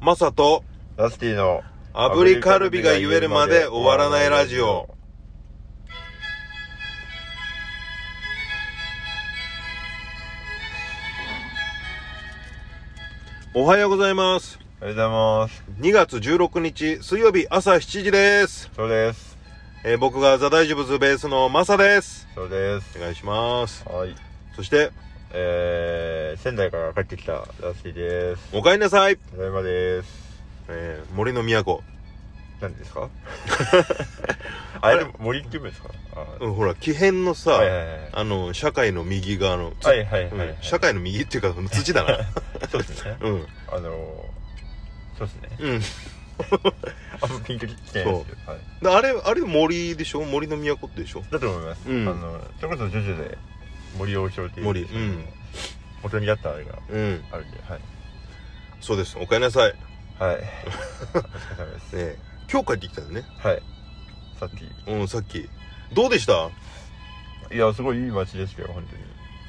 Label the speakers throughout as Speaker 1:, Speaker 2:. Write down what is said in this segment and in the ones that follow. Speaker 1: マサと
Speaker 2: ラスティの
Speaker 1: 炙りカルビが言えるまで終わらないラジオ。おはようございます
Speaker 2: ありがとうございます。
Speaker 1: 2月16日水曜日朝7時です、
Speaker 2: そうです。
Speaker 1: えー僕がザ・大丈夫ズベースのマサです
Speaker 2: そうです
Speaker 1: お。願いします
Speaker 2: はい。
Speaker 1: そして
Speaker 2: えー、仙台から帰ってきたラスティです。
Speaker 1: おかえりなさい、
Speaker 2: ただいまです。
Speaker 1: えー森の都
Speaker 2: 何で すかあれ、森って言うんですかあ
Speaker 1: うんほら木片のさ、
Speaker 2: はいはいはい
Speaker 1: あの社会の右側の、
Speaker 2: はいはいはいは
Speaker 1: う
Speaker 2: い
Speaker 1: ん。社会の右っていうかその土だ な
Speaker 2: そうですね。
Speaker 1: うん
Speaker 2: あのー、そうですね。
Speaker 1: うん
Speaker 2: あんまピンときてないですけど。はい。
Speaker 1: であれあれ森でしょ森の都ってでしょ
Speaker 2: だと思います。
Speaker 1: うん
Speaker 2: あの、それこそジョジョで森王将っていう。
Speaker 1: 森うん。
Speaker 2: 元にあったあれが
Speaker 1: うん
Speaker 2: あるんで、はい。
Speaker 1: そうですおかえりなさい、ね
Speaker 2: はい。お疲れ様です。
Speaker 1: え、今日帰ってきたよね
Speaker 2: はい。さっき。
Speaker 1: うんさっきどうでした
Speaker 2: いや、すごいいい街でしたよ、本当に。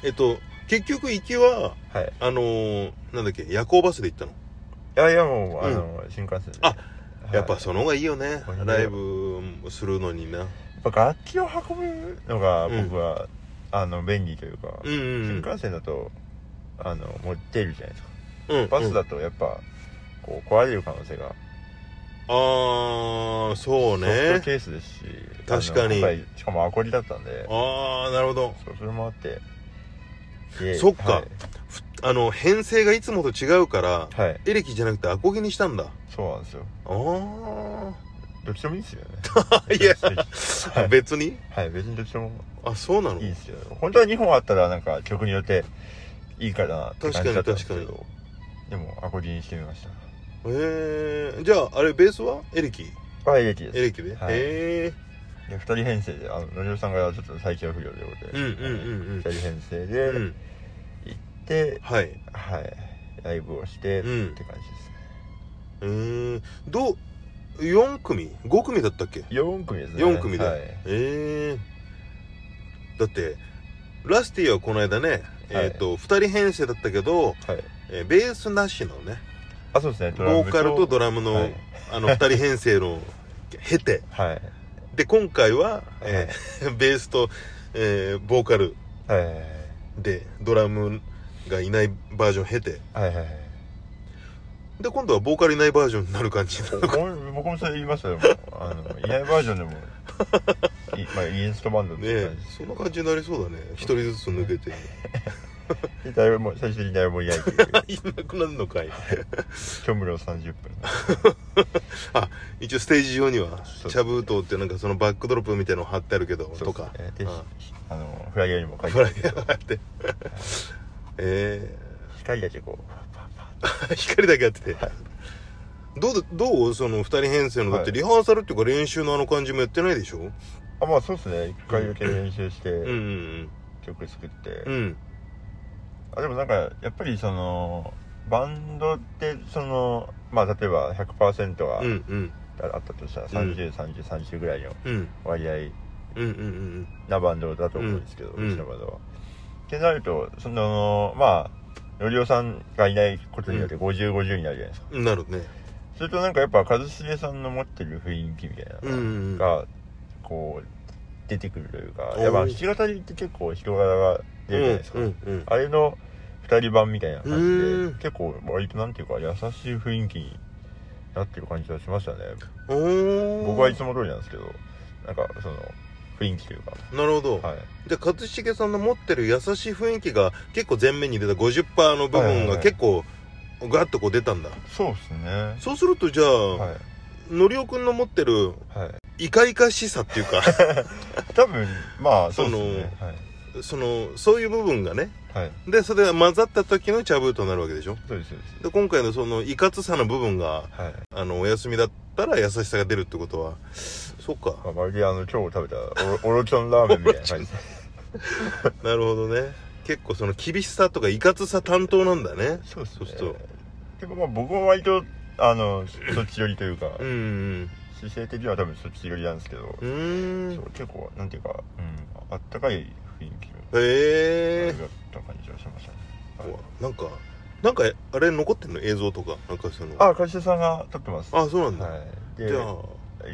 Speaker 1: えっと結局行きは
Speaker 2: はい。い
Speaker 1: あのー、なんだっけ夜行バスで行ったの、
Speaker 2: やいや、もう、
Speaker 1: うん
Speaker 2: あの、新幹線で。
Speaker 1: あ
Speaker 2: はい
Speaker 1: やっぱ
Speaker 2: や
Speaker 1: その方がいいよね
Speaker 2: これね
Speaker 1: ライブするのにな
Speaker 2: っぱ楽器を運ぶのが、
Speaker 1: うん
Speaker 2: 僕は、あの、便利というか、
Speaker 1: うんうんうん
Speaker 2: 新幹線だと、あの、持っているじゃないですか。
Speaker 1: うん
Speaker 2: バス
Speaker 1: うん
Speaker 2: だと、やっぱ、こう、壊れる可能性が、
Speaker 1: ああそう
Speaker 2: ソフ
Speaker 1: ね
Speaker 2: トケースですし、
Speaker 1: 確かに
Speaker 2: あの今回しかもアコリだったんで、
Speaker 1: ああなるほど
Speaker 2: そうそれもあって、で
Speaker 1: そっか
Speaker 2: はい
Speaker 1: ふあの編成がいつもと違うから
Speaker 2: はい、
Speaker 1: エレキじゃなくてアコギにしたんだ
Speaker 2: そうなんですよ。
Speaker 1: あー
Speaker 2: どっちでもいいですよ ね。
Speaker 1: いや
Speaker 2: はい
Speaker 1: 別に
Speaker 2: はい、別にどっちでも
Speaker 1: あそうなの
Speaker 2: いいですよ。本当は2本あったら、なんか曲によっていいかなって感じだったんですけ
Speaker 1: 確
Speaker 2: ど、でも、アコギにしてみまし
Speaker 1: えー、じゃああれベースはエレキ
Speaker 2: た。はい、エレキで
Speaker 1: エ
Speaker 2: す。
Speaker 1: レキで、
Speaker 2: はい
Speaker 1: へ
Speaker 2: で、2人編成で、あの、のりおさんがちょっと最強不良ということで、
Speaker 1: うんうんうんうん
Speaker 2: 2人編成
Speaker 1: え
Speaker 2: で
Speaker 1: う、ん
Speaker 2: 行って、
Speaker 1: はい
Speaker 2: はい、ライブをして、
Speaker 1: うん
Speaker 2: って感じですね。
Speaker 1: うーんどう4組5組だったっけ
Speaker 2: 4組ですね。
Speaker 1: 4組で、
Speaker 2: はい。
Speaker 1: ええだってラスティはこの間ね、
Speaker 2: はい
Speaker 1: えっ、と2人編成だったけど、
Speaker 2: はい。
Speaker 1: えーベースなしのね
Speaker 2: あ、そうですね、ドラム
Speaker 1: ボーカルとドラムの、
Speaker 2: はい
Speaker 1: あの2人編成の経て
Speaker 2: はい。
Speaker 1: で今回は、えー ベースと、えーボーカル
Speaker 2: はい。
Speaker 1: でドラムがいないバージョン経て
Speaker 2: はいはいはい。
Speaker 1: で今度はボーカルいないバージョンになる感じなのか
Speaker 2: 僕も 僕もそれ言いましたよ。もうあの、いないバージョンでも、いまあ、インストバンドっ
Speaker 1: ね
Speaker 2: て感
Speaker 1: え
Speaker 2: じです
Speaker 1: そ
Speaker 2: け
Speaker 1: ん
Speaker 2: ど
Speaker 1: な感じになりそうだね一人ずつ抜けて
Speaker 2: でだいぶもう最終的にだいぶ盛り上げて、
Speaker 1: いなくなるのかい
Speaker 2: 虚無量30分。
Speaker 1: 一応ステージ上には
Speaker 2: そう
Speaker 1: チャブートってなんかそのバックドロップみたいなの貼ってあるけど
Speaker 2: そう
Speaker 1: とか
Speaker 2: えーで、
Speaker 1: うん
Speaker 2: あの、フライヤーにも書い
Speaker 1: フ
Speaker 2: てあ
Speaker 1: ラ
Speaker 2: る
Speaker 1: イヤー貼ってえ
Speaker 2: 光だけこう、
Speaker 1: ー光だけやっててどうだどうその2人編成のだって
Speaker 2: は
Speaker 1: リハーサルっていうか練習のあの感じもやってないでしょ
Speaker 2: あ、まあそうですね。一回だけ練習して、
Speaker 1: うんうん
Speaker 2: 曲作って、
Speaker 1: うんうん
Speaker 2: あ、でもなんか、やっぱりその、バンドって、その、まあ例えば100%が
Speaker 1: うんうん
Speaker 2: あったとしたら、30、30、30ぐらいの
Speaker 1: うん
Speaker 2: 割合
Speaker 1: うんうんうん
Speaker 2: なバンドだと思うんですけど、う
Speaker 1: うん
Speaker 2: ちのバンドは。ってなると、その、まあ、のりおさんがいないことによって50、50になるじゃないですか。
Speaker 1: うんなるね
Speaker 2: それとなんかやっぱ一茂さんの持ってる雰囲気みたいな
Speaker 1: うんうん
Speaker 2: のがこう出てくるというか、
Speaker 1: おー
Speaker 2: やっぱ弾き語りって結構人柄が
Speaker 1: う
Speaker 2: 出るじゃない
Speaker 1: ん
Speaker 2: ですか、
Speaker 1: うんうん
Speaker 2: あれの2人版みたいな
Speaker 1: う
Speaker 2: 感
Speaker 1: ん
Speaker 2: じで結構割となんていうか優しい雰囲気になってる感じがしましたね
Speaker 1: おー
Speaker 2: 僕はいつも通りなんですけどなんかその雰囲気というか
Speaker 1: なるほど、
Speaker 2: はい
Speaker 1: じゃあ一茂さんの持ってる優しい雰囲気が結構前面に出た50%の部
Speaker 2: はいは
Speaker 1: 分
Speaker 2: いは
Speaker 1: が
Speaker 2: い
Speaker 1: 結構ガッとこう出たんだ
Speaker 2: そうですね
Speaker 1: そうするとじゃあ、
Speaker 2: はい
Speaker 1: のりおくんの持ってる
Speaker 2: はい
Speaker 1: イカイカしさっていうか
Speaker 2: 多分まあ
Speaker 1: そ
Speaker 2: そう
Speaker 1: の
Speaker 2: ですね
Speaker 1: そのそういう部分がね
Speaker 2: はい、はい、
Speaker 1: でそれが混ざった時の茶封となるわけでしょ
Speaker 2: そうですそうです
Speaker 1: で今回のそのいかつさの部分が
Speaker 2: はい
Speaker 1: あのお休みだったら優しさが出るってことはそっか
Speaker 2: まあ、まるであの今日食べたオロオロチョンラーメンみたいな感じ
Speaker 1: なるほどね結構その厳しさとかいかつさ担当なんだね
Speaker 2: そうそ う
Speaker 1: そう
Speaker 2: でもまあ僕は割とあのそっち寄りというか
Speaker 1: うん
Speaker 2: 姿勢的には多分そっち寄りなんですけど、
Speaker 1: うんうん
Speaker 2: そうう結構なんていうか、うん、あったかい雰囲気
Speaker 1: ーんへえ
Speaker 2: だった感じがしましたね、
Speaker 1: なんかなんかあれ残ってんの映像とかなんかその
Speaker 2: あ会社さんが撮ってますは
Speaker 1: あそうなんだ、
Speaker 2: い
Speaker 1: じ
Speaker 2: で
Speaker 1: ゃあ、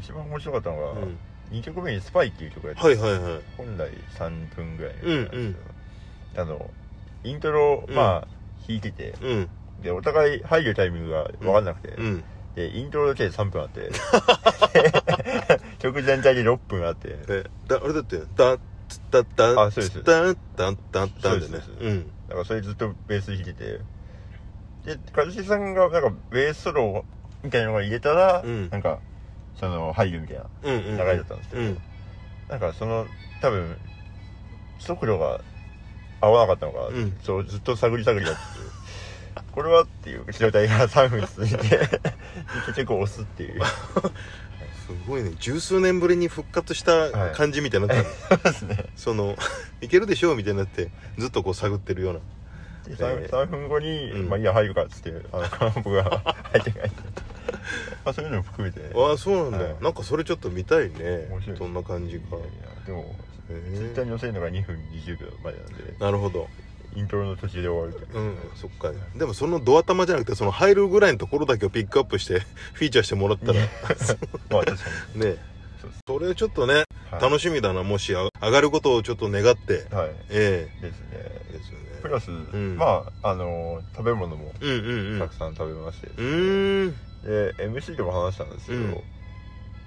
Speaker 2: 一番面白かったの
Speaker 1: う
Speaker 2: が、
Speaker 1: ん、
Speaker 2: 2曲目に「スパイ」っていう曲がやって
Speaker 1: はいはいはい
Speaker 2: 本来3分ぐらいのやつなんですけど、あのイントロ
Speaker 1: うん
Speaker 2: まあ弾いてて、
Speaker 1: うん
Speaker 2: でお互い入るタイミングが分かんなくて、
Speaker 1: うん
Speaker 2: でイントロだけで3分あって曲全体で6分あって
Speaker 1: えだあれだってだつったった
Speaker 2: あそうです
Speaker 1: つったったったったんだ
Speaker 2: そうで
Speaker 1: ね
Speaker 2: すそう
Speaker 1: う
Speaker 2: で
Speaker 1: ん
Speaker 2: なんかそれずっとベース弾いててで一茂さんがなんかベースソロみたいなのを入れたら、
Speaker 1: うん
Speaker 2: なんかその入るみたいな
Speaker 1: うんうん
Speaker 2: 流れだったんですけ
Speaker 1: う
Speaker 2: ど、
Speaker 1: ん
Speaker 2: なんかその多分速度が合わなかったのか、
Speaker 1: うん
Speaker 2: そうずっと探り探りだっていうこれはっていう状態が3分続いて結局押すっ ていう
Speaker 1: すごいね十数年ぶりに復活した感じみたいになってる
Speaker 2: そうですね
Speaker 1: その いけるでしょうみたいになってずっとこう探ってるような
Speaker 2: で 3, 3分後に、
Speaker 1: うん
Speaker 2: まあいいや入るかっつってあの カランボが入ってないまあそういうのも含めて
Speaker 1: ああそうなんだ、
Speaker 2: はい
Speaker 1: なんかそれちょっと見たいね
Speaker 2: 面白いです
Speaker 1: どんな感じ
Speaker 2: い
Speaker 1: か
Speaker 2: やいやでも
Speaker 1: へー
Speaker 2: ツイッターに載せるのが2分20秒前なんで
Speaker 1: なるほど
Speaker 2: イントロの途中で終わると
Speaker 1: う
Speaker 2: い
Speaker 1: んそっかでもそのドア玉じゃなくてその入るぐらいのところだけをピックアップして フィーチャーしてもらったら
Speaker 2: い
Speaker 1: ね
Speaker 2: やまあ確かにそうです
Speaker 1: それちょっとね、
Speaker 2: はい
Speaker 1: 楽しみだなもしあ上がることをちょっと願って
Speaker 2: はい
Speaker 1: え
Speaker 2: ですね
Speaker 1: えですよね
Speaker 2: プラス、
Speaker 1: ん
Speaker 2: まああのー食べ物も
Speaker 1: うんうんうん
Speaker 2: たくさん食べまして、
Speaker 1: うーん
Speaker 2: で MC でも話したんですけど、
Speaker 1: うん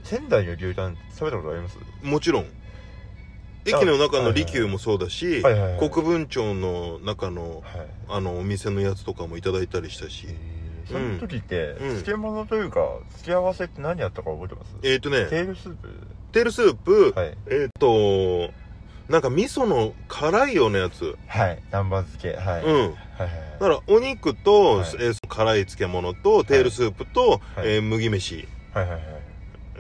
Speaker 2: 仙台の牛タンって食べたことあります
Speaker 1: もちろん駅の中の利休もそうだし、
Speaker 2: はいはいはい
Speaker 1: 国分町の中の
Speaker 2: はい
Speaker 1: あのお店のやつとかもいただいたりしたし
Speaker 2: その時って、
Speaker 1: ん
Speaker 2: 漬物というか付け合わせって何やったか覚えてます
Speaker 1: えっ、ー、とね
Speaker 2: テールスープ
Speaker 1: テールスープ、
Speaker 2: はい
Speaker 1: えっ、ー、となんか味噌の辛いようなやつ、
Speaker 2: はい南蛮漬けはい、
Speaker 1: う
Speaker 2: はい
Speaker 1: ん
Speaker 2: はい
Speaker 1: だ
Speaker 2: は
Speaker 1: からお肉と、
Speaker 2: はい
Speaker 1: えー辛い漬物とテールスープと、
Speaker 2: はい
Speaker 1: えー麦飯
Speaker 2: いはいはいはい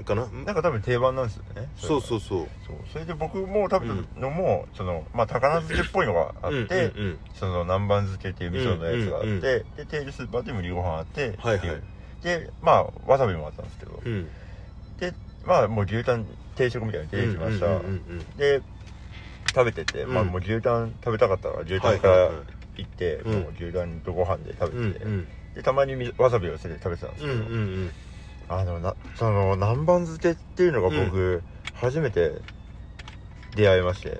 Speaker 1: かな、
Speaker 2: なんか多分定番なんですよね
Speaker 1: そうそううそう
Speaker 2: そうそれで僕も食べたのも、そのまあ高菜漬けっぽいのがあって、
Speaker 1: うんうんうん
Speaker 2: その南蛮漬けっていう味噌のやつがあって、
Speaker 1: うんうんうん
Speaker 2: で定時スーパーでもりご飯あって、
Speaker 1: はいはい
Speaker 2: ってうでまあわさびもあったんですけど、
Speaker 1: うん
Speaker 2: でまあもう牛タン定食みたいに出てきました、
Speaker 1: うんうん
Speaker 2: で食べてて、まあ、
Speaker 1: うん
Speaker 2: もう牛タン食べたかったから牛タンか
Speaker 1: はいは
Speaker 2: ら
Speaker 1: いはい
Speaker 2: 行って、
Speaker 1: うん
Speaker 2: もう牛タンとご飯で食
Speaker 1: うんうん
Speaker 2: べて、
Speaker 1: うん
Speaker 2: でたまにみわさびをして食べてたんです
Speaker 1: う
Speaker 2: け
Speaker 1: んう
Speaker 2: ど、
Speaker 1: んうん
Speaker 2: あのなその南蛮漬けっていうのが僕、初めて出会いまして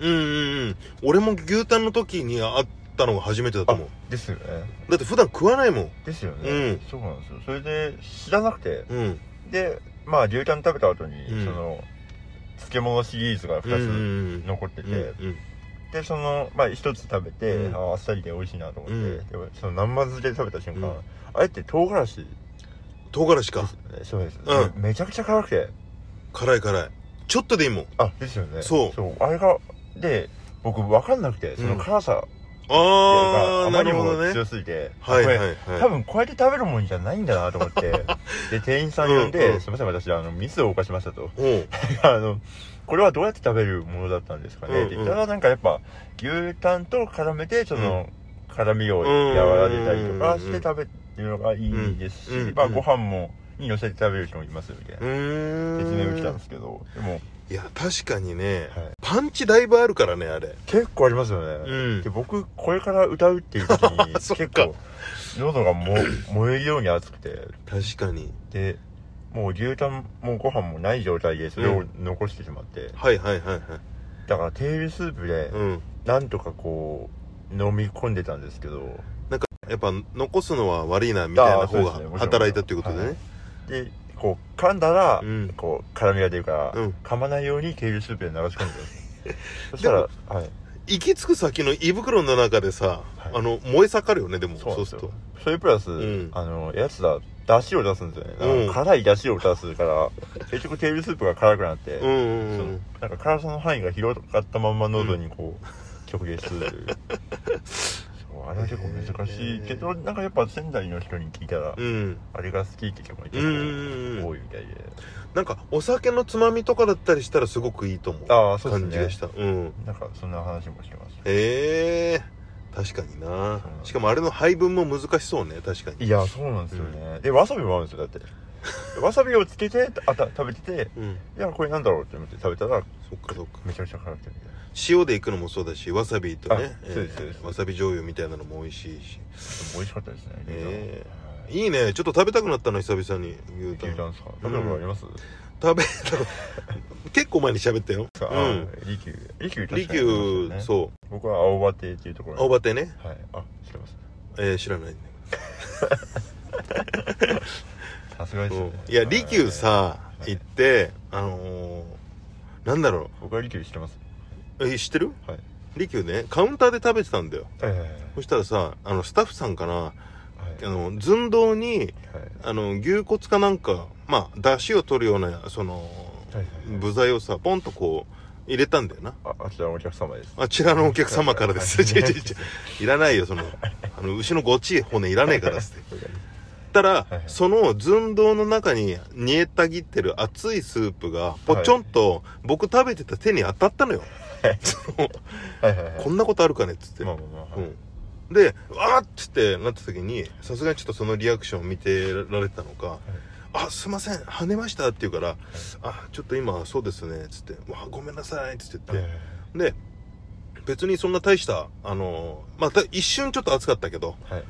Speaker 1: うんうんうん俺も牛タンの時に会ったのが初めてだと思う
Speaker 2: ですよね
Speaker 1: だって普段食わないもん
Speaker 2: ですよね、
Speaker 1: うん
Speaker 2: そうなんですよそれで知らなくて、
Speaker 1: うん
Speaker 2: でまあ牛タン食べた後に、
Speaker 1: うん
Speaker 2: その漬物シリーズが
Speaker 1: うんうん
Speaker 2: 2つ
Speaker 1: うん
Speaker 2: 残ってて、
Speaker 1: うん
Speaker 2: でそのまあ1つ食べて、
Speaker 1: うん
Speaker 2: ああっさりで美味しいなと思って、
Speaker 1: うん
Speaker 2: でその南蛮漬けで食べた瞬間、
Speaker 1: うん
Speaker 2: あえて唐辛子
Speaker 1: 唐辛子か
Speaker 2: そうです、
Speaker 1: う
Speaker 2: めちゃくちゃ辛くて
Speaker 1: 辛い辛いちょっとでいいもん
Speaker 2: あですよね
Speaker 1: そう
Speaker 2: あれがで僕分かんなくてその辛さ
Speaker 1: あ
Speaker 2: が
Speaker 1: あな
Speaker 2: あまり
Speaker 1: る
Speaker 2: に
Speaker 1: ほ
Speaker 2: も
Speaker 1: どね
Speaker 2: 強すぎて、
Speaker 1: はいはい
Speaker 2: これ
Speaker 1: はい
Speaker 2: 多分こうやって食べるもんじゃないんだなと思ってで店員さん呼んで「
Speaker 1: うんうん
Speaker 2: すいません私あのミスを犯しました」と
Speaker 1: おう
Speaker 2: あの、これはどうやって食べるものだったんですかね、
Speaker 1: うんうん
Speaker 2: って言ったら、なんかやっぱ、牛タンと絡めて、その、辛み
Speaker 1: う
Speaker 2: を
Speaker 1: ん
Speaker 2: 和らげたりとか
Speaker 1: うん
Speaker 2: して食べてるのがいいですし、
Speaker 1: うん
Speaker 2: まあ
Speaker 1: うん
Speaker 2: ご飯も、に寄せて食べる人もいますみた いうな。
Speaker 1: ーん
Speaker 2: 説明を来たんですけど、でも、
Speaker 1: いや確かにね、
Speaker 2: はい
Speaker 1: パンチだいぶあるからねあれ
Speaker 2: 結構ありますよね。
Speaker 1: うん
Speaker 2: で僕、これから歌うっていう時 に、
Speaker 1: そっか
Speaker 2: 結構、喉がも 燃えるように熱くて、
Speaker 1: 確かに
Speaker 2: で、もう牛タンもご飯もない状態でそれを残してしまって、
Speaker 1: はいはいはいはい
Speaker 2: だからテールスープで、
Speaker 1: うん
Speaker 2: なんとかこう飲み込んでたんですけど
Speaker 1: やっぱ残すのは悪いなみたいな方
Speaker 2: あーそうですねもちろ
Speaker 1: が
Speaker 2: ん
Speaker 1: 働いたっていうことでね
Speaker 2: はいでこう噛んだら、
Speaker 1: うん
Speaker 2: こう辛みが出るから、
Speaker 1: うん
Speaker 2: 噛まないようにテールスープで流し込んで そしたらはい
Speaker 1: 行き着く先の胃袋の中でさ、
Speaker 2: はい
Speaker 1: あの燃え盛るよねでも
Speaker 2: そうなん
Speaker 1: そう
Speaker 2: ですす
Speaker 1: る
Speaker 2: よ
Speaker 1: と
Speaker 2: それプラス、
Speaker 1: ん
Speaker 2: あのやつだ出汁を出すんですよね、
Speaker 1: うん
Speaker 2: あの辛い出汁を出すから結局テールスープが辛くなって、
Speaker 1: うんうん
Speaker 2: そうの
Speaker 1: ん
Speaker 2: なんか辛さの範囲が広がったまんま喉にこう、曲芸すると いうそうあれは結構難しいけど、なんかやっぱ仙台の人に聞いたら、
Speaker 1: うん
Speaker 2: あれが好きって人も結
Speaker 1: うんうんうん
Speaker 2: 構多いみたいで、
Speaker 1: なんかお酒のつまみとかだったりしたらすごくいいと思う
Speaker 2: ああそう
Speaker 1: 感
Speaker 2: で
Speaker 1: じ
Speaker 2: すね
Speaker 1: がしたうん
Speaker 2: なんかそんな話もしてました
Speaker 1: ええ確かにな
Speaker 2: そうなんです
Speaker 1: しかもあれの配分も難しそうね確かに
Speaker 2: いやそうなんですよね、でわさびもあるんですよだって わさびをつけてあた食べてて
Speaker 1: うん
Speaker 2: いやこれなんだろうって思って食べたら
Speaker 1: そっかそっか
Speaker 2: めちゃくちゃ辛くてみたいな
Speaker 1: 塩でいくのもそうだしわさびとね
Speaker 2: あ、そうですそうです
Speaker 1: わさび醤油みたいなのも美味しいし
Speaker 2: 美味しかったですね牛タン、
Speaker 1: ええいいねちょっと食べたくなったの久々に牛タ
Speaker 2: 牛タン
Speaker 1: ン
Speaker 2: ですか食べたことあります、
Speaker 1: 食べた 結構前に喋ったよ、
Speaker 2: あ
Speaker 1: うん、
Speaker 2: 利休利休確かに
Speaker 1: 利休、
Speaker 2: ありますよね
Speaker 1: そ
Speaker 2: 僕は青葉亭っていうところ
Speaker 1: う
Speaker 2: に
Speaker 1: 青葉亭ね、
Speaker 2: はいあ知ってます
Speaker 1: えー知らないんだ
Speaker 2: さすがで
Speaker 1: け
Speaker 2: す
Speaker 1: ど、
Speaker 2: ね
Speaker 1: いや利休さ
Speaker 2: はい
Speaker 1: 行ってあのー、なんだろ
Speaker 2: 僕は利休知ってます
Speaker 1: うえ知ってる
Speaker 2: はい
Speaker 1: 利休ねカウンターで食べてたんだよ
Speaker 2: はいはい
Speaker 1: そしたらさあのスタッフさんかなあ
Speaker 2: はい
Speaker 1: の寸胴に
Speaker 2: はい
Speaker 1: あの牛骨かなんかまあ出汁を取るようなその
Speaker 2: はいはい
Speaker 1: 部材をさポンとこう入れたんだよな
Speaker 2: ああちらのお客様です
Speaker 1: あちらのお客様からです
Speaker 2: はい
Speaker 1: 違う違う違ういらないよそのあの牛のごちい骨いらねえからっつってたら
Speaker 2: いはい
Speaker 1: その寸胴の中に煮えたぎってる熱いスープがポチョンと僕食べてた手に当たったのよ、
Speaker 2: はいはいはい
Speaker 1: こんなことあるかねっつって、
Speaker 2: まあまあまあ、は
Speaker 1: う
Speaker 2: い
Speaker 1: ん、で「わーっ!」つってなった時にさすがにちょっとそのリアクションを見てられたのか「あすいません跳ねました」って言うから「あちょっと今そうですね」っつって「わーごめんなさい」っつって
Speaker 2: はい
Speaker 1: 言ってで別にそんな大したあのーまあた一瞬ちょっと暑かったけど
Speaker 2: はい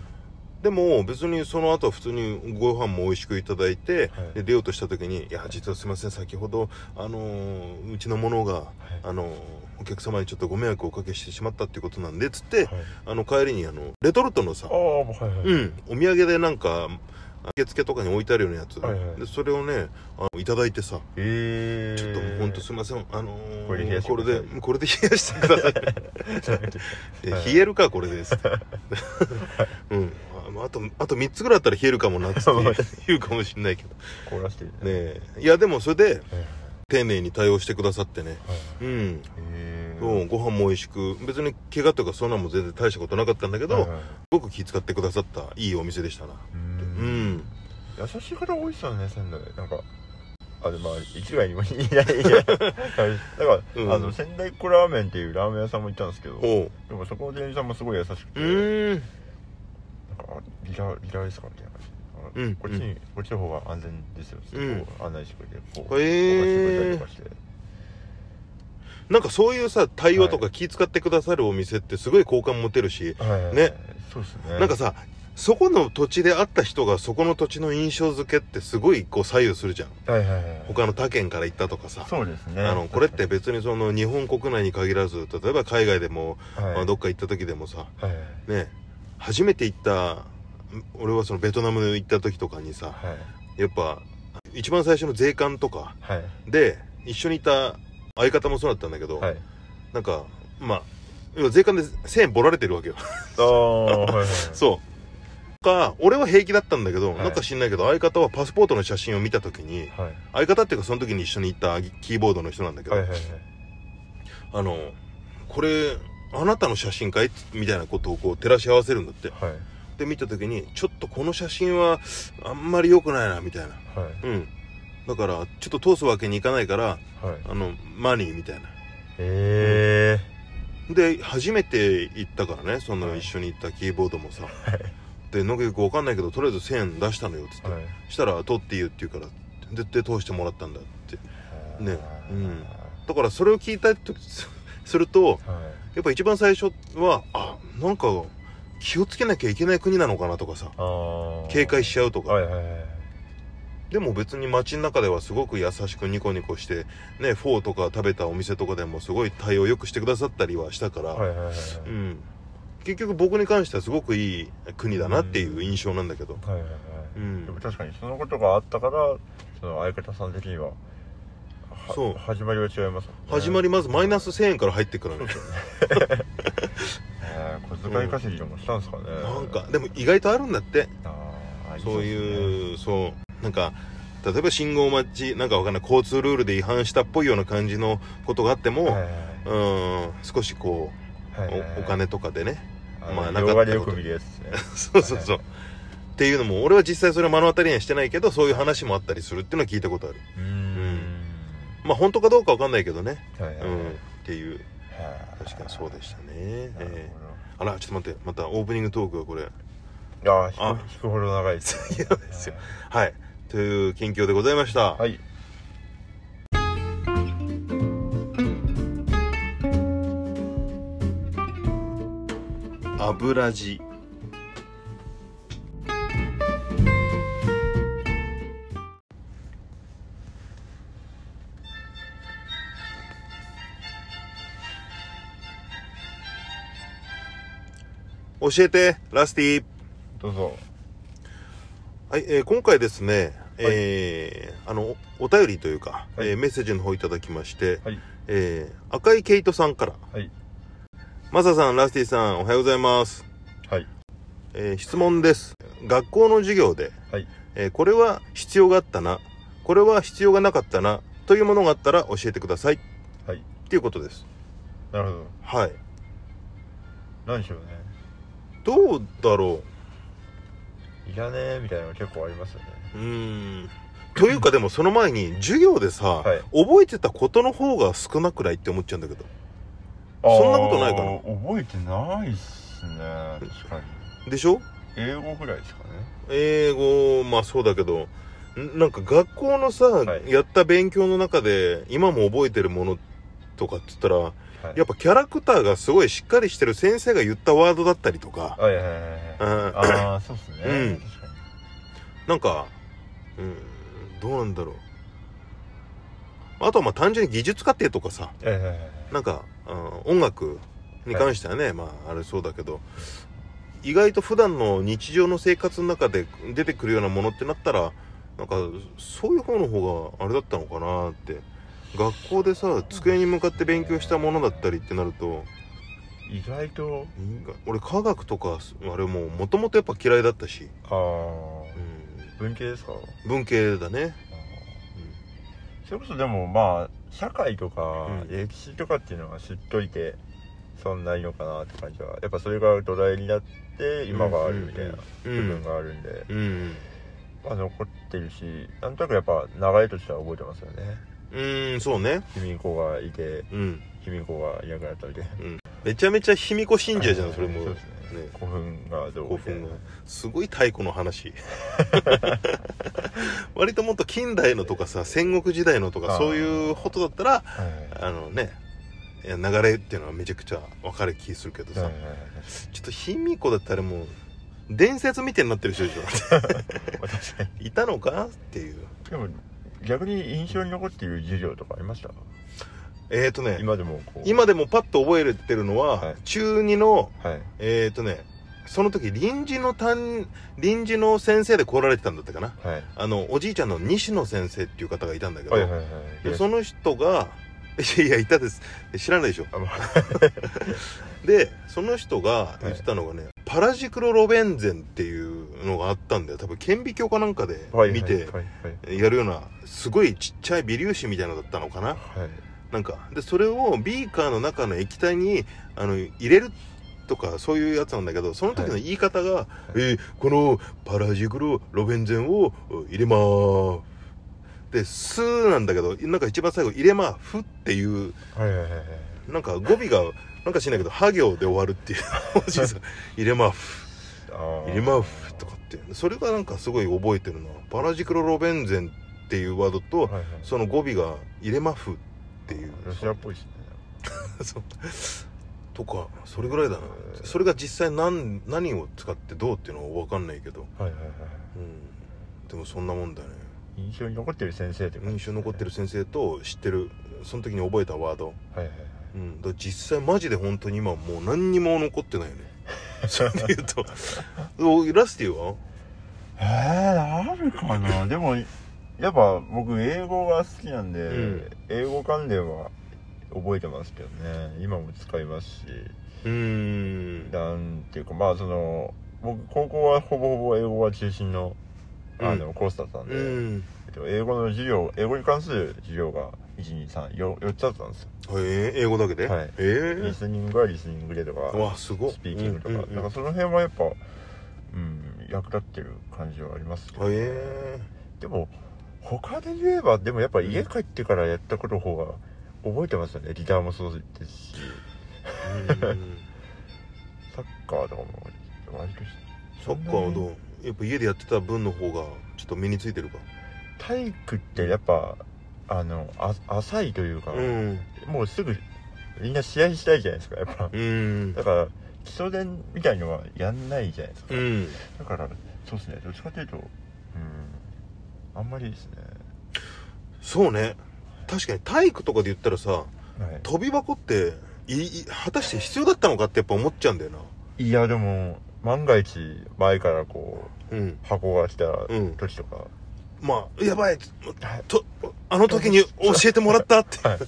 Speaker 1: でも別にその後は普通にご飯も美味しくいただいて、
Speaker 2: はい
Speaker 1: で出ようとした時に「いや実はすいません先ほどあのーうちの者があのーお客様にちょっとご迷惑をおかけしてしまったっていうことなんで」っつって、
Speaker 2: はい
Speaker 1: あの帰りにあのレトルトのさ
Speaker 2: ああ、もうはいはい。
Speaker 1: う
Speaker 2: はい
Speaker 1: ん、お土産でなんか受付とかに置いてあるようなやつ、
Speaker 2: はいはい
Speaker 1: でそれをねあのいただいてさ
Speaker 2: ええ
Speaker 1: ちょっともうほんとすいませんあのー
Speaker 2: これで冷やして
Speaker 1: こ
Speaker 2: く
Speaker 1: れ
Speaker 2: ださい
Speaker 1: でこれで冷やしてください で冷えるかこれですってうんあまああとあと3つぐらいあったら冷えるかもなっつって言う言うかもしんないけどね
Speaker 2: 凍らして。
Speaker 1: えいやでもそれで
Speaker 2: はいはい
Speaker 1: 丁寧に対応してくださってね
Speaker 2: はい。
Speaker 1: うん
Speaker 2: ええ
Speaker 1: そうご飯も美味しく別に怪我とかそんなんも全然大したことなかったんだけど、
Speaker 2: はいはい
Speaker 1: すごく気遣ってくださったいいお店でしたな
Speaker 2: う。
Speaker 1: うんん
Speaker 2: 優しい方多いっすよね、仙台。なんか。あれまあ一概にも言え ないけどはいだから、
Speaker 1: うん
Speaker 2: あの仙台っ子ラーメンっていうラーメン屋さんも行ったんですけどで
Speaker 1: おう
Speaker 2: もそこの店員さんもすごい優しくて
Speaker 1: う
Speaker 2: なん
Speaker 1: ーん
Speaker 2: かあリラリラですかみたいな感じあの
Speaker 1: うん
Speaker 2: こっちにこっちの方が安全ですよ
Speaker 1: うん
Speaker 2: こう案内してくれてこう
Speaker 1: へー
Speaker 2: お菓子くれたりとかして
Speaker 1: なんかそういうさ対応とか気遣ってくださるお店ってすごい好感持てるし、
Speaker 2: はいはいはい
Speaker 1: ね
Speaker 2: そうですね
Speaker 1: なんかさそこの土地で会った人がそこの土地の印象付けってすごいこう左右するじゃん
Speaker 2: はいはいはい
Speaker 1: 他の他県から行ったとかさ
Speaker 2: そうですね
Speaker 1: あのこれって別にその日本国内に限らず例えば海外でも、
Speaker 2: はい
Speaker 1: まあ、どっか行った時でもさ
Speaker 2: はい
Speaker 1: ね初めて行った俺はそのベトナム行った時とかにさ
Speaker 2: はい
Speaker 1: やっぱ一番最初の税関とか
Speaker 2: はい
Speaker 1: で一緒にいた相方もそうだったんだけど、
Speaker 2: はい
Speaker 1: なんかまあ要は税関で1000円ぼられてるわけよ
Speaker 2: ああはい はい
Speaker 1: そうか俺は平気だったんだけど、
Speaker 2: はい
Speaker 1: なんか知んないけど相方はパスポートの写真を見た時に
Speaker 2: はい
Speaker 1: 相方っていうかその時に一緒に行ったキーボードの人なんだけど、
Speaker 2: はいはいはい
Speaker 1: あのこれあなたの写真かいみたいなことをこう照らし合わせるんだって
Speaker 2: はい
Speaker 1: で見た時にちょっとこの写真はあんまり良くないなみたいな
Speaker 2: はい
Speaker 1: うんだからちょっと通すわけにいかないから
Speaker 2: はい
Speaker 1: あのマニーみたいな
Speaker 2: え
Speaker 1: で初めて行ったからねその
Speaker 2: はい
Speaker 1: 一緒に行ったキーボードもさ、でなんかよくわかんないけどとりあえず1000円出したのよっつっ
Speaker 2: え
Speaker 1: て、
Speaker 2: はい
Speaker 1: したら取っていいよって言うからでで通してもらったんだってねうんだからそれを聞いたと すると
Speaker 2: は
Speaker 1: やっぱ一番最初はあなんか気をつけなきゃいけない国なのかなとかさ
Speaker 2: いああ
Speaker 1: 警戒しちゃうとか、
Speaker 2: はいはいはい
Speaker 1: でも別に街の中ではすごく優しくニコニコしてねフォーとか食べたお店とかでもすごい対応よくしてくださったりはしたから、
Speaker 2: はいはいはい
Speaker 1: うん、結局僕に関してはすごくいい国だなっていう印象なんだけど、
Speaker 2: はいはいは
Speaker 1: う
Speaker 2: いでも
Speaker 1: ん、
Speaker 2: 確かにそのことがあったからその相方さん的にはは
Speaker 1: そう
Speaker 2: 始まりは違いますもんね
Speaker 1: 始まりまずマイナス1000円から入ってくる
Speaker 2: そ
Speaker 1: ね
Speaker 2: うですよねねえ小遣い稼ぎでもしたんですかね
Speaker 1: なんかでも意外とあるんだって
Speaker 2: あー
Speaker 1: そう
Speaker 2: う
Speaker 1: いうそうなんか例えば信号待ちなんかわかんない交通ルールで違反したっぽいような感じのことがあっても、
Speaker 2: はいはい
Speaker 1: うん少しこう
Speaker 2: はいはいはい
Speaker 1: おお金とかでねま
Speaker 2: ま
Speaker 1: あ
Speaker 2: あ
Speaker 1: なか
Speaker 2: な
Speaker 1: ったこと
Speaker 2: 動画でよく見るやつですね
Speaker 1: そうそうそう、っていうのも俺は実際それを目の当たりにはしてないけどそういう話もあったりするっていうのは聞いたことある
Speaker 2: うーん
Speaker 1: まあ本当かどうかわかんないけどね
Speaker 2: はいは
Speaker 1: う
Speaker 2: い
Speaker 1: んっていう
Speaker 2: はい
Speaker 1: 確かにそうでしたね、
Speaker 2: なる
Speaker 1: ええあらちょっと待ってまたオープニングトークがこれ
Speaker 2: ほどああ
Speaker 1: あ
Speaker 2: 引く引くほど長いです
Speaker 1: いやですよはいという近況でございました、
Speaker 2: はい
Speaker 1: 油地教えてラスティ
Speaker 2: どうぞ
Speaker 1: はい、えー今回ですね、えーあのおお便りというか、
Speaker 2: はい
Speaker 1: えーメッセージの方いただきまして、
Speaker 2: はい
Speaker 1: えー赤いケイトさんから
Speaker 2: はい
Speaker 1: マサさんラスティさんおはようございます、
Speaker 2: はい
Speaker 1: えー質問です学校の授業で、
Speaker 2: はい
Speaker 1: えーこれは必要があったなこれは必要がなかったなというものがあったら教えてくださいっ
Speaker 2: はい
Speaker 1: ていうことです
Speaker 2: なるほど
Speaker 1: はい
Speaker 2: 何でしょうね
Speaker 1: どうだろ
Speaker 2: いらねえみたいなの結構ありますよね
Speaker 1: ううーんというかでもその前に授業でさ、
Speaker 2: はい
Speaker 1: 覚えてたことの方が少なくないって思っちゃうんだけどそんなことないかな
Speaker 2: あー覚えてないっすね確かに
Speaker 1: でしょ
Speaker 2: 英語ぐらいですかね
Speaker 1: 英語まあそうだけどんなんか学校のさ、
Speaker 2: はい
Speaker 1: やった勉強の中で今も覚えてるものとかって言ったら、
Speaker 2: はい
Speaker 1: やっぱキャラクターがすごいしっかりしてる先生が言ったワードだったりとか、
Speaker 2: はいはいはいはいは
Speaker 1: う
Speaker 2: い
Speaker 1: ん
Speaker 2: ああそうっすね、
Speaker 1: うん
Speaker 2: 確かに
Speaker 1: なんか、うん、どうなんだろうあとはまあ単純に技術課程とかさ
Speaker 2: はいはいはいはい
Speaker 1: なんか、うん音楽に関してはね、まああれそうだけど意外と普段の日常の生活の中で出てくるようなものってなったらなんかそういう方の方があれだったのかなって学校でさ机に向かって勉強したものだったりってなると
Speaker 2: 意外と
Speaker 1: 俺科学とかあれももともとやっぱ嫌いだったし、
Speaker 2: ああ文系ですか
Speaker 1: うん、文系だね、
Speaker 2: あーそれこそでもまあ社会とか
Speaker 1: うん
Speaker 2: 歴史とかっていうのは知っといてそんないいのかなって感じはやっぱそれが土台になって今があるみたいな
Speaker 1: う
Speaker 2: 部分
Speaker 1: ん
Speaker 2: があるんで、
Speaker 1: うん
Speaker 2: まあ残ってるしなんとなくやっぱ流れとしては覚えてますよね
Speaker 1: うんそうね
Speaker 2: 卑弥呼がいて
Speaker 1: うん
Speaker 2: 卑弥呼がいなくなったみたいな
Speaker 1: めちゃめちゃ卑弥呼信者じゃんそれも
Speaker 2: そうですね
Speaker 1: ね
Speaker 2: 古墳がどう
Speaker 1: 興
Speaker 2: みたい
Speaker 1: 奮
Speaker 2: な
Speaker 1: がすごい太古の話 割ともっと近代のとかさ戦国時代のと
Speaker 2: あ
Speaker 1: か
Speaker 2: ー
Speaker 1: そういうことだったら
Speaker 2: はいはい
Speaker 1: あのねいや流れっていうのはめちゃくちゃ分かる気するけどさ、
Speaker 2: はいはいはい
Speaker 1: ちょっと卑弥呼だったらもう伝説みたいになってる人でしょ
Speaker 2: まあ確かに
Speaker 1: いたのかっていう
Speaker 2: でも逆に印象に残っている授業とかありました
Speaker 1: えー、とね今
Speaker 2: 今でもこう
Speaker 1: でもパッと覚えてるのは、
Speaker 2: はい
Speaker 1: 中2の
Speaker 2: はい
Speaker 1: えー、とねその時臨時の担臨時の先生で来られてたんだったかな
Speaker 2: はい
Speaker 1: あのおじいちゃんの西野先生っていう方がいたんだけど、
Speaker 2: はいはいはい
Speaker 1: でその人が いやいやいたです知らないでしょ
Speaker 2: あまあ
Speaker 1: でその人が言ってたのがね、パラジクロロベンゼンっていうのがあったんだよ多分顕微鏡かなんかで
Speaker 2: はい
Speaker 1: 見て
Speaker 2: はいはい
Speaker 1: やるようなすごいちっちゃい微粒子みたいなのだったのかな
Speaker 2: はい
Speaker 1: なんかでそれをビーカーの中の液体にあの入れるとかそういうやつなんだけどその時の言い方が「えーこのパラジクロロベンゼンを入れまーす」で「スー」なんだけどなんか一番最後「入れまーふ」っていう
Speaker 2: はいはいはいはい
Speaker 1: なんか語尾がなんかしないけど「は行」で終わるっていうおじいさん「入れまーふ」
Speaker 2: あ
Speaker 1: 「
Speaker 2: ー
Speaker 1: 入れまーふ」とかってそれがなんかすごい覚えてるなパラジクロロベンゼンっていうワードと
Speaker 2: はいはい
Speaker 1: その語尾が「入れまーふ」っていう
Speaker 2: ロシアっぽいしね
Speaker 1: そうとかそれぐらいだな
Speaker 2: えー
Speaker 1: それが実際何何を使ってどうっていうのは分かんないけど、
Speaker 2: はいはいはい
Speaker 1: うん、でもそんなもんだね
Speaker 2: 印象に残ってる先生って
Speaker 1: 印象に残って
Speaker 2: る
Speaker 1: る先生と知ってるその時に覚えたワード、
Speaker 2: はいはいはい
Speaker 1: うん、だから実際マジで本当に今もう何にも残ってないよ ねそれで言うとおラスティは
Speaker 2: えー、ある かなでもやっぱ僕英語が好きなんで、
Speaker 1: うん
Speaker 2: 英語関連は覚えてますけどね今も使いますし
Speaker 1: うーん
Speaker 2: なんていうかまあその僕高校はほぼほぼ英語が中心のあの、コースだったんで、
Speaker 1: うん
Speaker 2: えっと英語の授業英語に関する授業が1234つあったんですよ、
Speaker 1: はいえー英語だけで、
Speaker 2: はいリ
Speaker 1: え
Speaker 2: スニングはリスニングでと
Speaker 1: え
Speaker 2: か
Speaker 1: わすごっ
Speaker 2: スピーキングとか、
Speaker 1: うんうんうん
Speaker 2: なんかその辺はやっぱうん役立ってる感じはありますけど、
Speaker 1: はいえ
Speaker 2: でも他で言えばでもやっぱ家帰ってからやったことの方が覚えてますよねギターもそうですし
Speaker 1: ー、うん
Speaker 2: サッカーとかも割とし
Speaker 1: サッカーはどうやっぱ家でやってた分の方がちょっと身についてるか
Speaker 2: 体育ってやっぱあのあ浅いというか、
Speaker 1: ん
Speaker 2: もうすぐみんな試合したいじゃないですかやっぱ
Speaker 1: うん
Speaker 2: だから基礎伝みたいのはやんないじゃないですか、
Speaker 1: うん
Speaker 2: だからそうですねどっちかというとうんあんまりですね、
Speaker 1: そうね確かに体育とかで言ったらさ
Speaker 2: は、
Speaker 1: 飛び箱っていい果たして必要だったのかってやっぱ思っちゃうんだよない
Speaker 2: いやでも万が一前からこう
Speaker 1: うん
Speaker 2: 箱が来た
Speaker 1: うん
Speaker 2: 時とか、
Speaker 1: まあやばい
Speaker 2: はい
Speaker 1: とあの時に教えてもらったって
Speaker 2: はい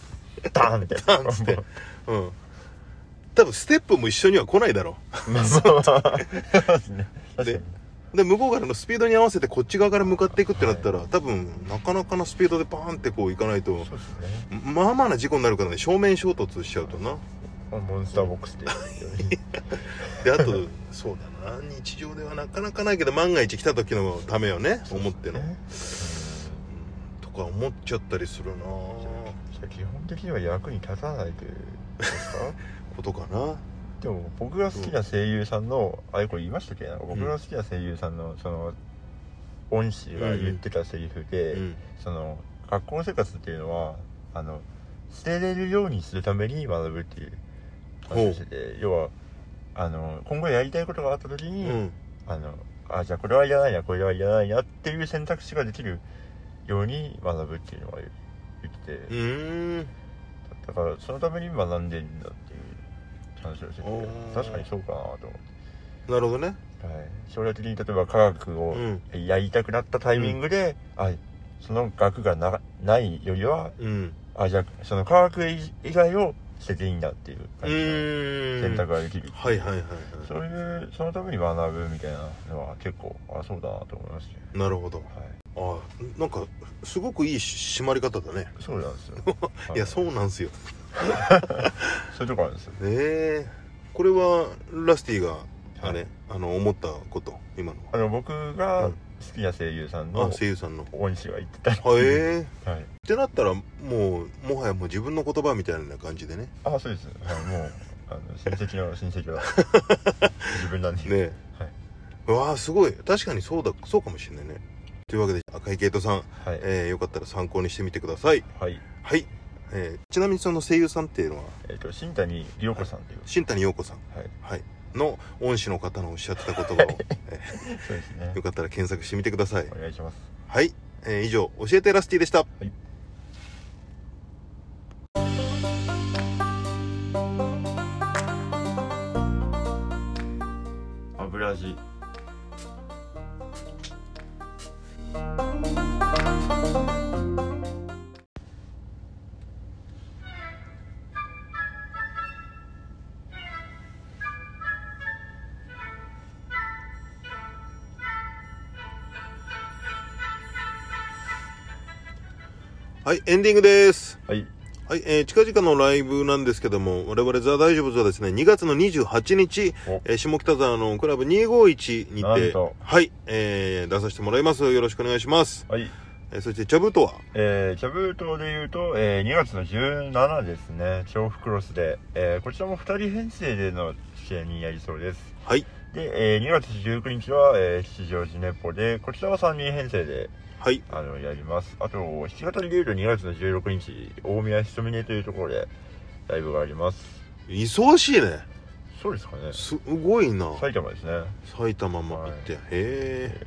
Speaker 2: ダーンって
Speaker 1: ダーンっつってうん多分ステップも一緒には来ないだろ
Speaker 2: まあまあまあそうですね確か
Speaker 1: で
Speaker 2: に
Speaker 1: で向こうからのスピードに合わせてこっち側から向かっていくってなったら、多分なかなかなスピードでバーンってこう行かないと
Speaker 2: そうですね
Speaker 1: まあまあな事故になるからね正面衝突しちゃうとな
Speaker 2: まあモンスターボックスって
Speaker 1: であと そうだな日常ではなかなかないけど万が一来た時のためをね 思っての、
Speaker 2: ね
Speaker 1: とか思っちゃったりするな
Speaker 2: じゃあ基本的には役に立たないということですか
Speaker 1: ことかな
Speaker 2: でも僕が好きな声優さんのあれこれ言いましたっけなんか僕が好きな声優さんのその恩師が言ってたセリフで、
Speaker 1: うん
Speaker 2: その学校生活っていうのはあの捨てれるようにするために学ぶっていう話をしてて要はあの今後やりたいことがあった時
Speaker 1: う
Speaker 2: に、
Speaker 1: ん
Speaker 2: あのあじゃあこれはいらないなこれはいらないなっていう選択肢ができるように学ぶっていうのは言ってて、
Speaker 1: うーん
Speaker 2: だからそのために学んでんだっていう話をして
Speaker 1: お
Speaker 2: て
Speaker 1: ー
Speaker 2: 確かにそうかなと思っ
Speaker 1: なるほどね
Speaker 2: て、はい、将来的に例えば科学を
Speaker 1: うん
Speaker 2: やりたくなったタイミングで、あその学がなないよりは
Speaker 1: うん
Speaker 2: あじゃあその科学以外を捨てていいんだっていう
Speaker 1: う
Speaker 2: 感じ
Speaker 1: ー
Speaker 2: の
Speaker 1: ん
Speaker 2: 選択ができる、
Speaker 1: はいはいはいは
Speaker 2: そういうそのために学ぶみたいなのは結構あそうだなと思いましたね
Speaker 1: いなるほど
Speaker 2: はい
Speaker 1: ああなんかすごくいい締まり方だね
Speaker 2: そうなんで すよ、はい
Speaker 1: やそうなんすよね
Speaker 2: そういうとこあるんですよ
Speaker 1: えこれはラスティがあれ、
Speaker 2: はい
Speaker 1: あの思ったこと今の
Speaker 2: あの僕
Speaker 1: う
Speaker 2: が
Speaker 1: ん
Speaker 2: 好きな声優さん
Speaker 1: あ
Speaker 2: の
Speaker 1: 声優さんのは
Speaker 2: 恩師が言ってた
Speaker 1: えー、っ
Speaker 2: はい
Speaker 1: てなったらもうもはやもう自分の言葉みたいな感じでね
Speaker 2: あそうです、はい、もうあの親戚の親戚 は自分なんで、
Speaker 1: ね
Speaker 2: はい、
Speaker 1: えわあすごい確かにそうだそうかもしれないねというわけで赤井圭人さん、
Speaker 2: はい、
Speaker 1: えーよかったら参考にしてみてください
Speaker 2: はい
Speaker 1: はい、えーちなみにその声優さんっていうのは
Speaker 2: えっ、と新谷涼子さんという
Speaker 1: 新谷陽子さん、
Speaker 2: はい
Speaker 1: はい、の恩師の方のおっしゃってた言葉を、え
Speaker 2: そうですね
Speaker 1: ーよかったら検索してみてください
Speaker 2: お願いします
Speaker 1: はい、えー以上教えてラスティでした、
Speaker 2: い油味
Speaker 1: はいエンディングです
Speaker 2: はい
Speaker 1: はい、えー近々のライブなんですけども、我々ザ・大丈夫ズはですね、2月の28日
Speaker 2: お、
Speaker 1: えー下北沢のクラブ251に
Speaker 2: なん
Speaker 1: て
Speaker 2: と、
Speaker 1: はい、えー出させてもらいます。よろしくお願いします。
Speaker 2: はい
Speaker 1: えーそして、チャブとは、
Speaker 2: えー、キャブ島で言うと、えー、2月の17ですね調布クロスで、えー、こちらも2人編成での試合にやりそうです
Speaker 1: はい、
Speaker 2: で、えー、2月19日は、えー、吉祥寺ネポでこちらは3人編成で
Speaker 1: はい、
Speaker 2: あのやりますあと弾き語りで言うと2月の16日大宮ひとみねというところでライブがあります
Speaker 1: 忙しいね。
Speaker 2: そうですかね
Speaker 1: すごいな。
Speaker 2: 埼玉ですね
Speaker 1: 埼玉も行って、へえ、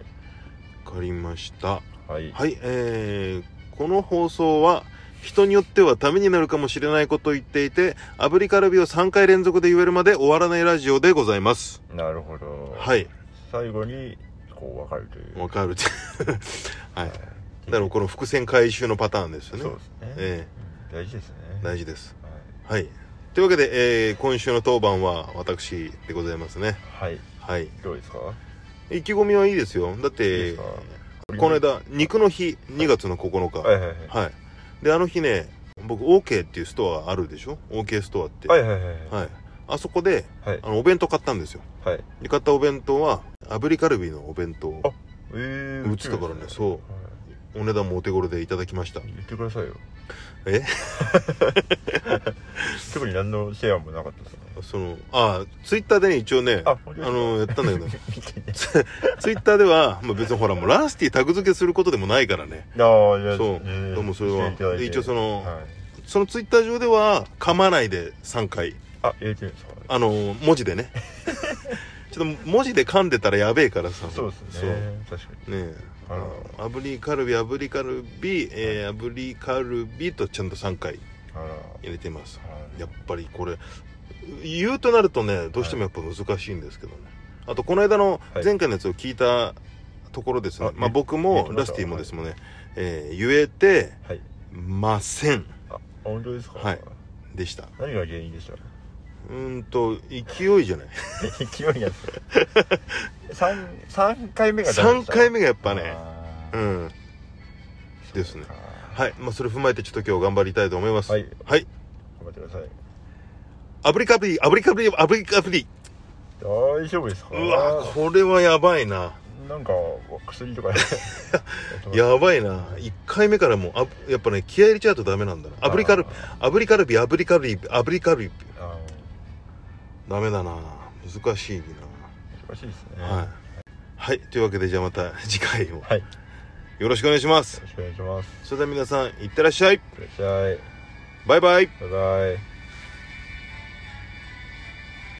Speaker 1: わかりました。
Speaker 2: はい
Speaker 1: はい、えーこの放送は人によってはためになるかもしれないことを言っていて、アブリカルビを3回連続で言えるまで終わらないラジオでございます。
Speaker 2: なるほど、
Speaker 1: はい、
Speaker 2: 最後にこう分かるという
Speaker 1: わかる。 はい。だ
Speaker 2: い
Speaker 1: からこの伏線回収のパターンですよね。
Speaker 2: そうですね、
Speaker 1: え
Speaker 2: うん大事ですね
Speaker 1: え大事です。
Speaker 2: は
Speaker 1: はい。というわけで、えー今週の当番は私でございますね。
Speaker 2: い、はい、
Speaker 1: はい。
Speaker 2: どうですか
Speaker 1: 意気込みはいいですよ。だっ
Speaker 2: いいで
Speaker 1: て、
Speaker 2: すか
Speaker 1: この間、肉の日、2月の9日。
Speaker 2: はいはいはい
Speaker 1: はい。で、あの日ね、僕、OK っていうストアあるでしょ ?OK ストアって。。
Speaker 2: はいいはいはいはい
Speaker 1: はい。あそこで、
Speaker 2: はい
Speaker 1: あの、お弁当買ったんですよ。
Speaker 2: はい
Speaker 1: で、買ったお弁当は、炙りカルビのお弁当。
Speaker 2: あえー、
Speaker 1: 売ってたからね、
Speaker 2: う、
Speaker 1: そ
Speaker 2: は
Speaker 1: う。お値段もお手頃でいただきました
Speaker 2: い、。言ってくだ さいよ
Speaker 1: え
Speaker 2: 特に何のシェアもなかったですね
Speaker 1: そのあツイッターでね一応ね
Speaker 2: あ
Speaker 1: あ
Speaker 2: 本当ですか
Speaker 1: のやったんだけど
Speaker 2: 見てね
Speaker 1: ツイッターでは、まあ、別にほらもうラスティタグ付けすることでもないからね
Speaker 2: ああいや
Speaker 1: そう
Speaker 2: ね
Speaker 1: どうもそれは
Speaker 2: していただいて
Speaker 1: で一応その
Speaker 2: はい
Speaker 1: そのツイッター上では噛まないで3回
Speaker 2: あ入れてるんですか
Speaker 1: あのー文字でね ちょっと文字で噛んでたらやべえからさ
Speaker 2: そうですね確かに
Speaker 1: そうねえ
Speaker 2: あら
Speaker 1: 炙りカルビ炙りカルビ、えー炙りカルビとちゃんと3回
Speaker 2: あら
Speaker 1: 入れてます
Speaker 2: はい
Speaker 1: やっぱりこれ言うとなるとねどうしてもやっぱ難しいんですけどね、あとこの間の
Speaker 2: はい
Speaker 1: 前回のやつを聞いたところですね、
Speaker 2: あ
Speaker 1: まあ、
Speaker 2: え
Speaker 1: 僕
Speaker 2: 言っ
Speaker 1: も
Speaker 2: てま
Speaker 1: ラ
Speaker 2: した
Speaker 1: スティもですもんね、えー言えて
Speaker 2: はい
Speaker 1: ません
Speaker 2: あ本当ですか
Speaker 1: はいでした
Speaker 2: 何が原因でした
Speaker 1: うーんと勢いじゃ ない
Speaker 2: 勢いが 三三回目が
Speaker 1: 3回目がやっぱね
Speaker 2: ね
Speaker 1: うんですね
Speaker 2: は
Speaker 1: はい、まあ、それ踏まえてちょっと今日頑張りたいと思います
Speaker 2: はい
Speaker 1: はい、
Speaker 2: 頑張ってください
Speaker 1: 炙りカブリ炙りカブリ炙りカブリ
Speaker 2: 大丈夫ですか
Speaker 1: うわこれはやばいな
Speaker 2: なんか薬とかっ
Speaker 1: や ばいな1回目からもうあやっぱね気合い入れちゃうとダメなんだな炙りカルビ炙りカルビ炙りカルビ炙りカルビ
Speaker 2: あ
Speaker 1: ダメだな難しい
Speaker 2: ー難しいですね
Speaker 1: なはい、はい、というわけでじゃあまた次回も
Speaker 2: はいよ
Speaker 1: よろしくお願いします
Speaker 2: ろしくお願いします
Speaker 1: それでは皆さんいってらっしゃい
Speaker 2: いらっしゃい
Speaker 1: バイバイ
Speaker 2: バイバイ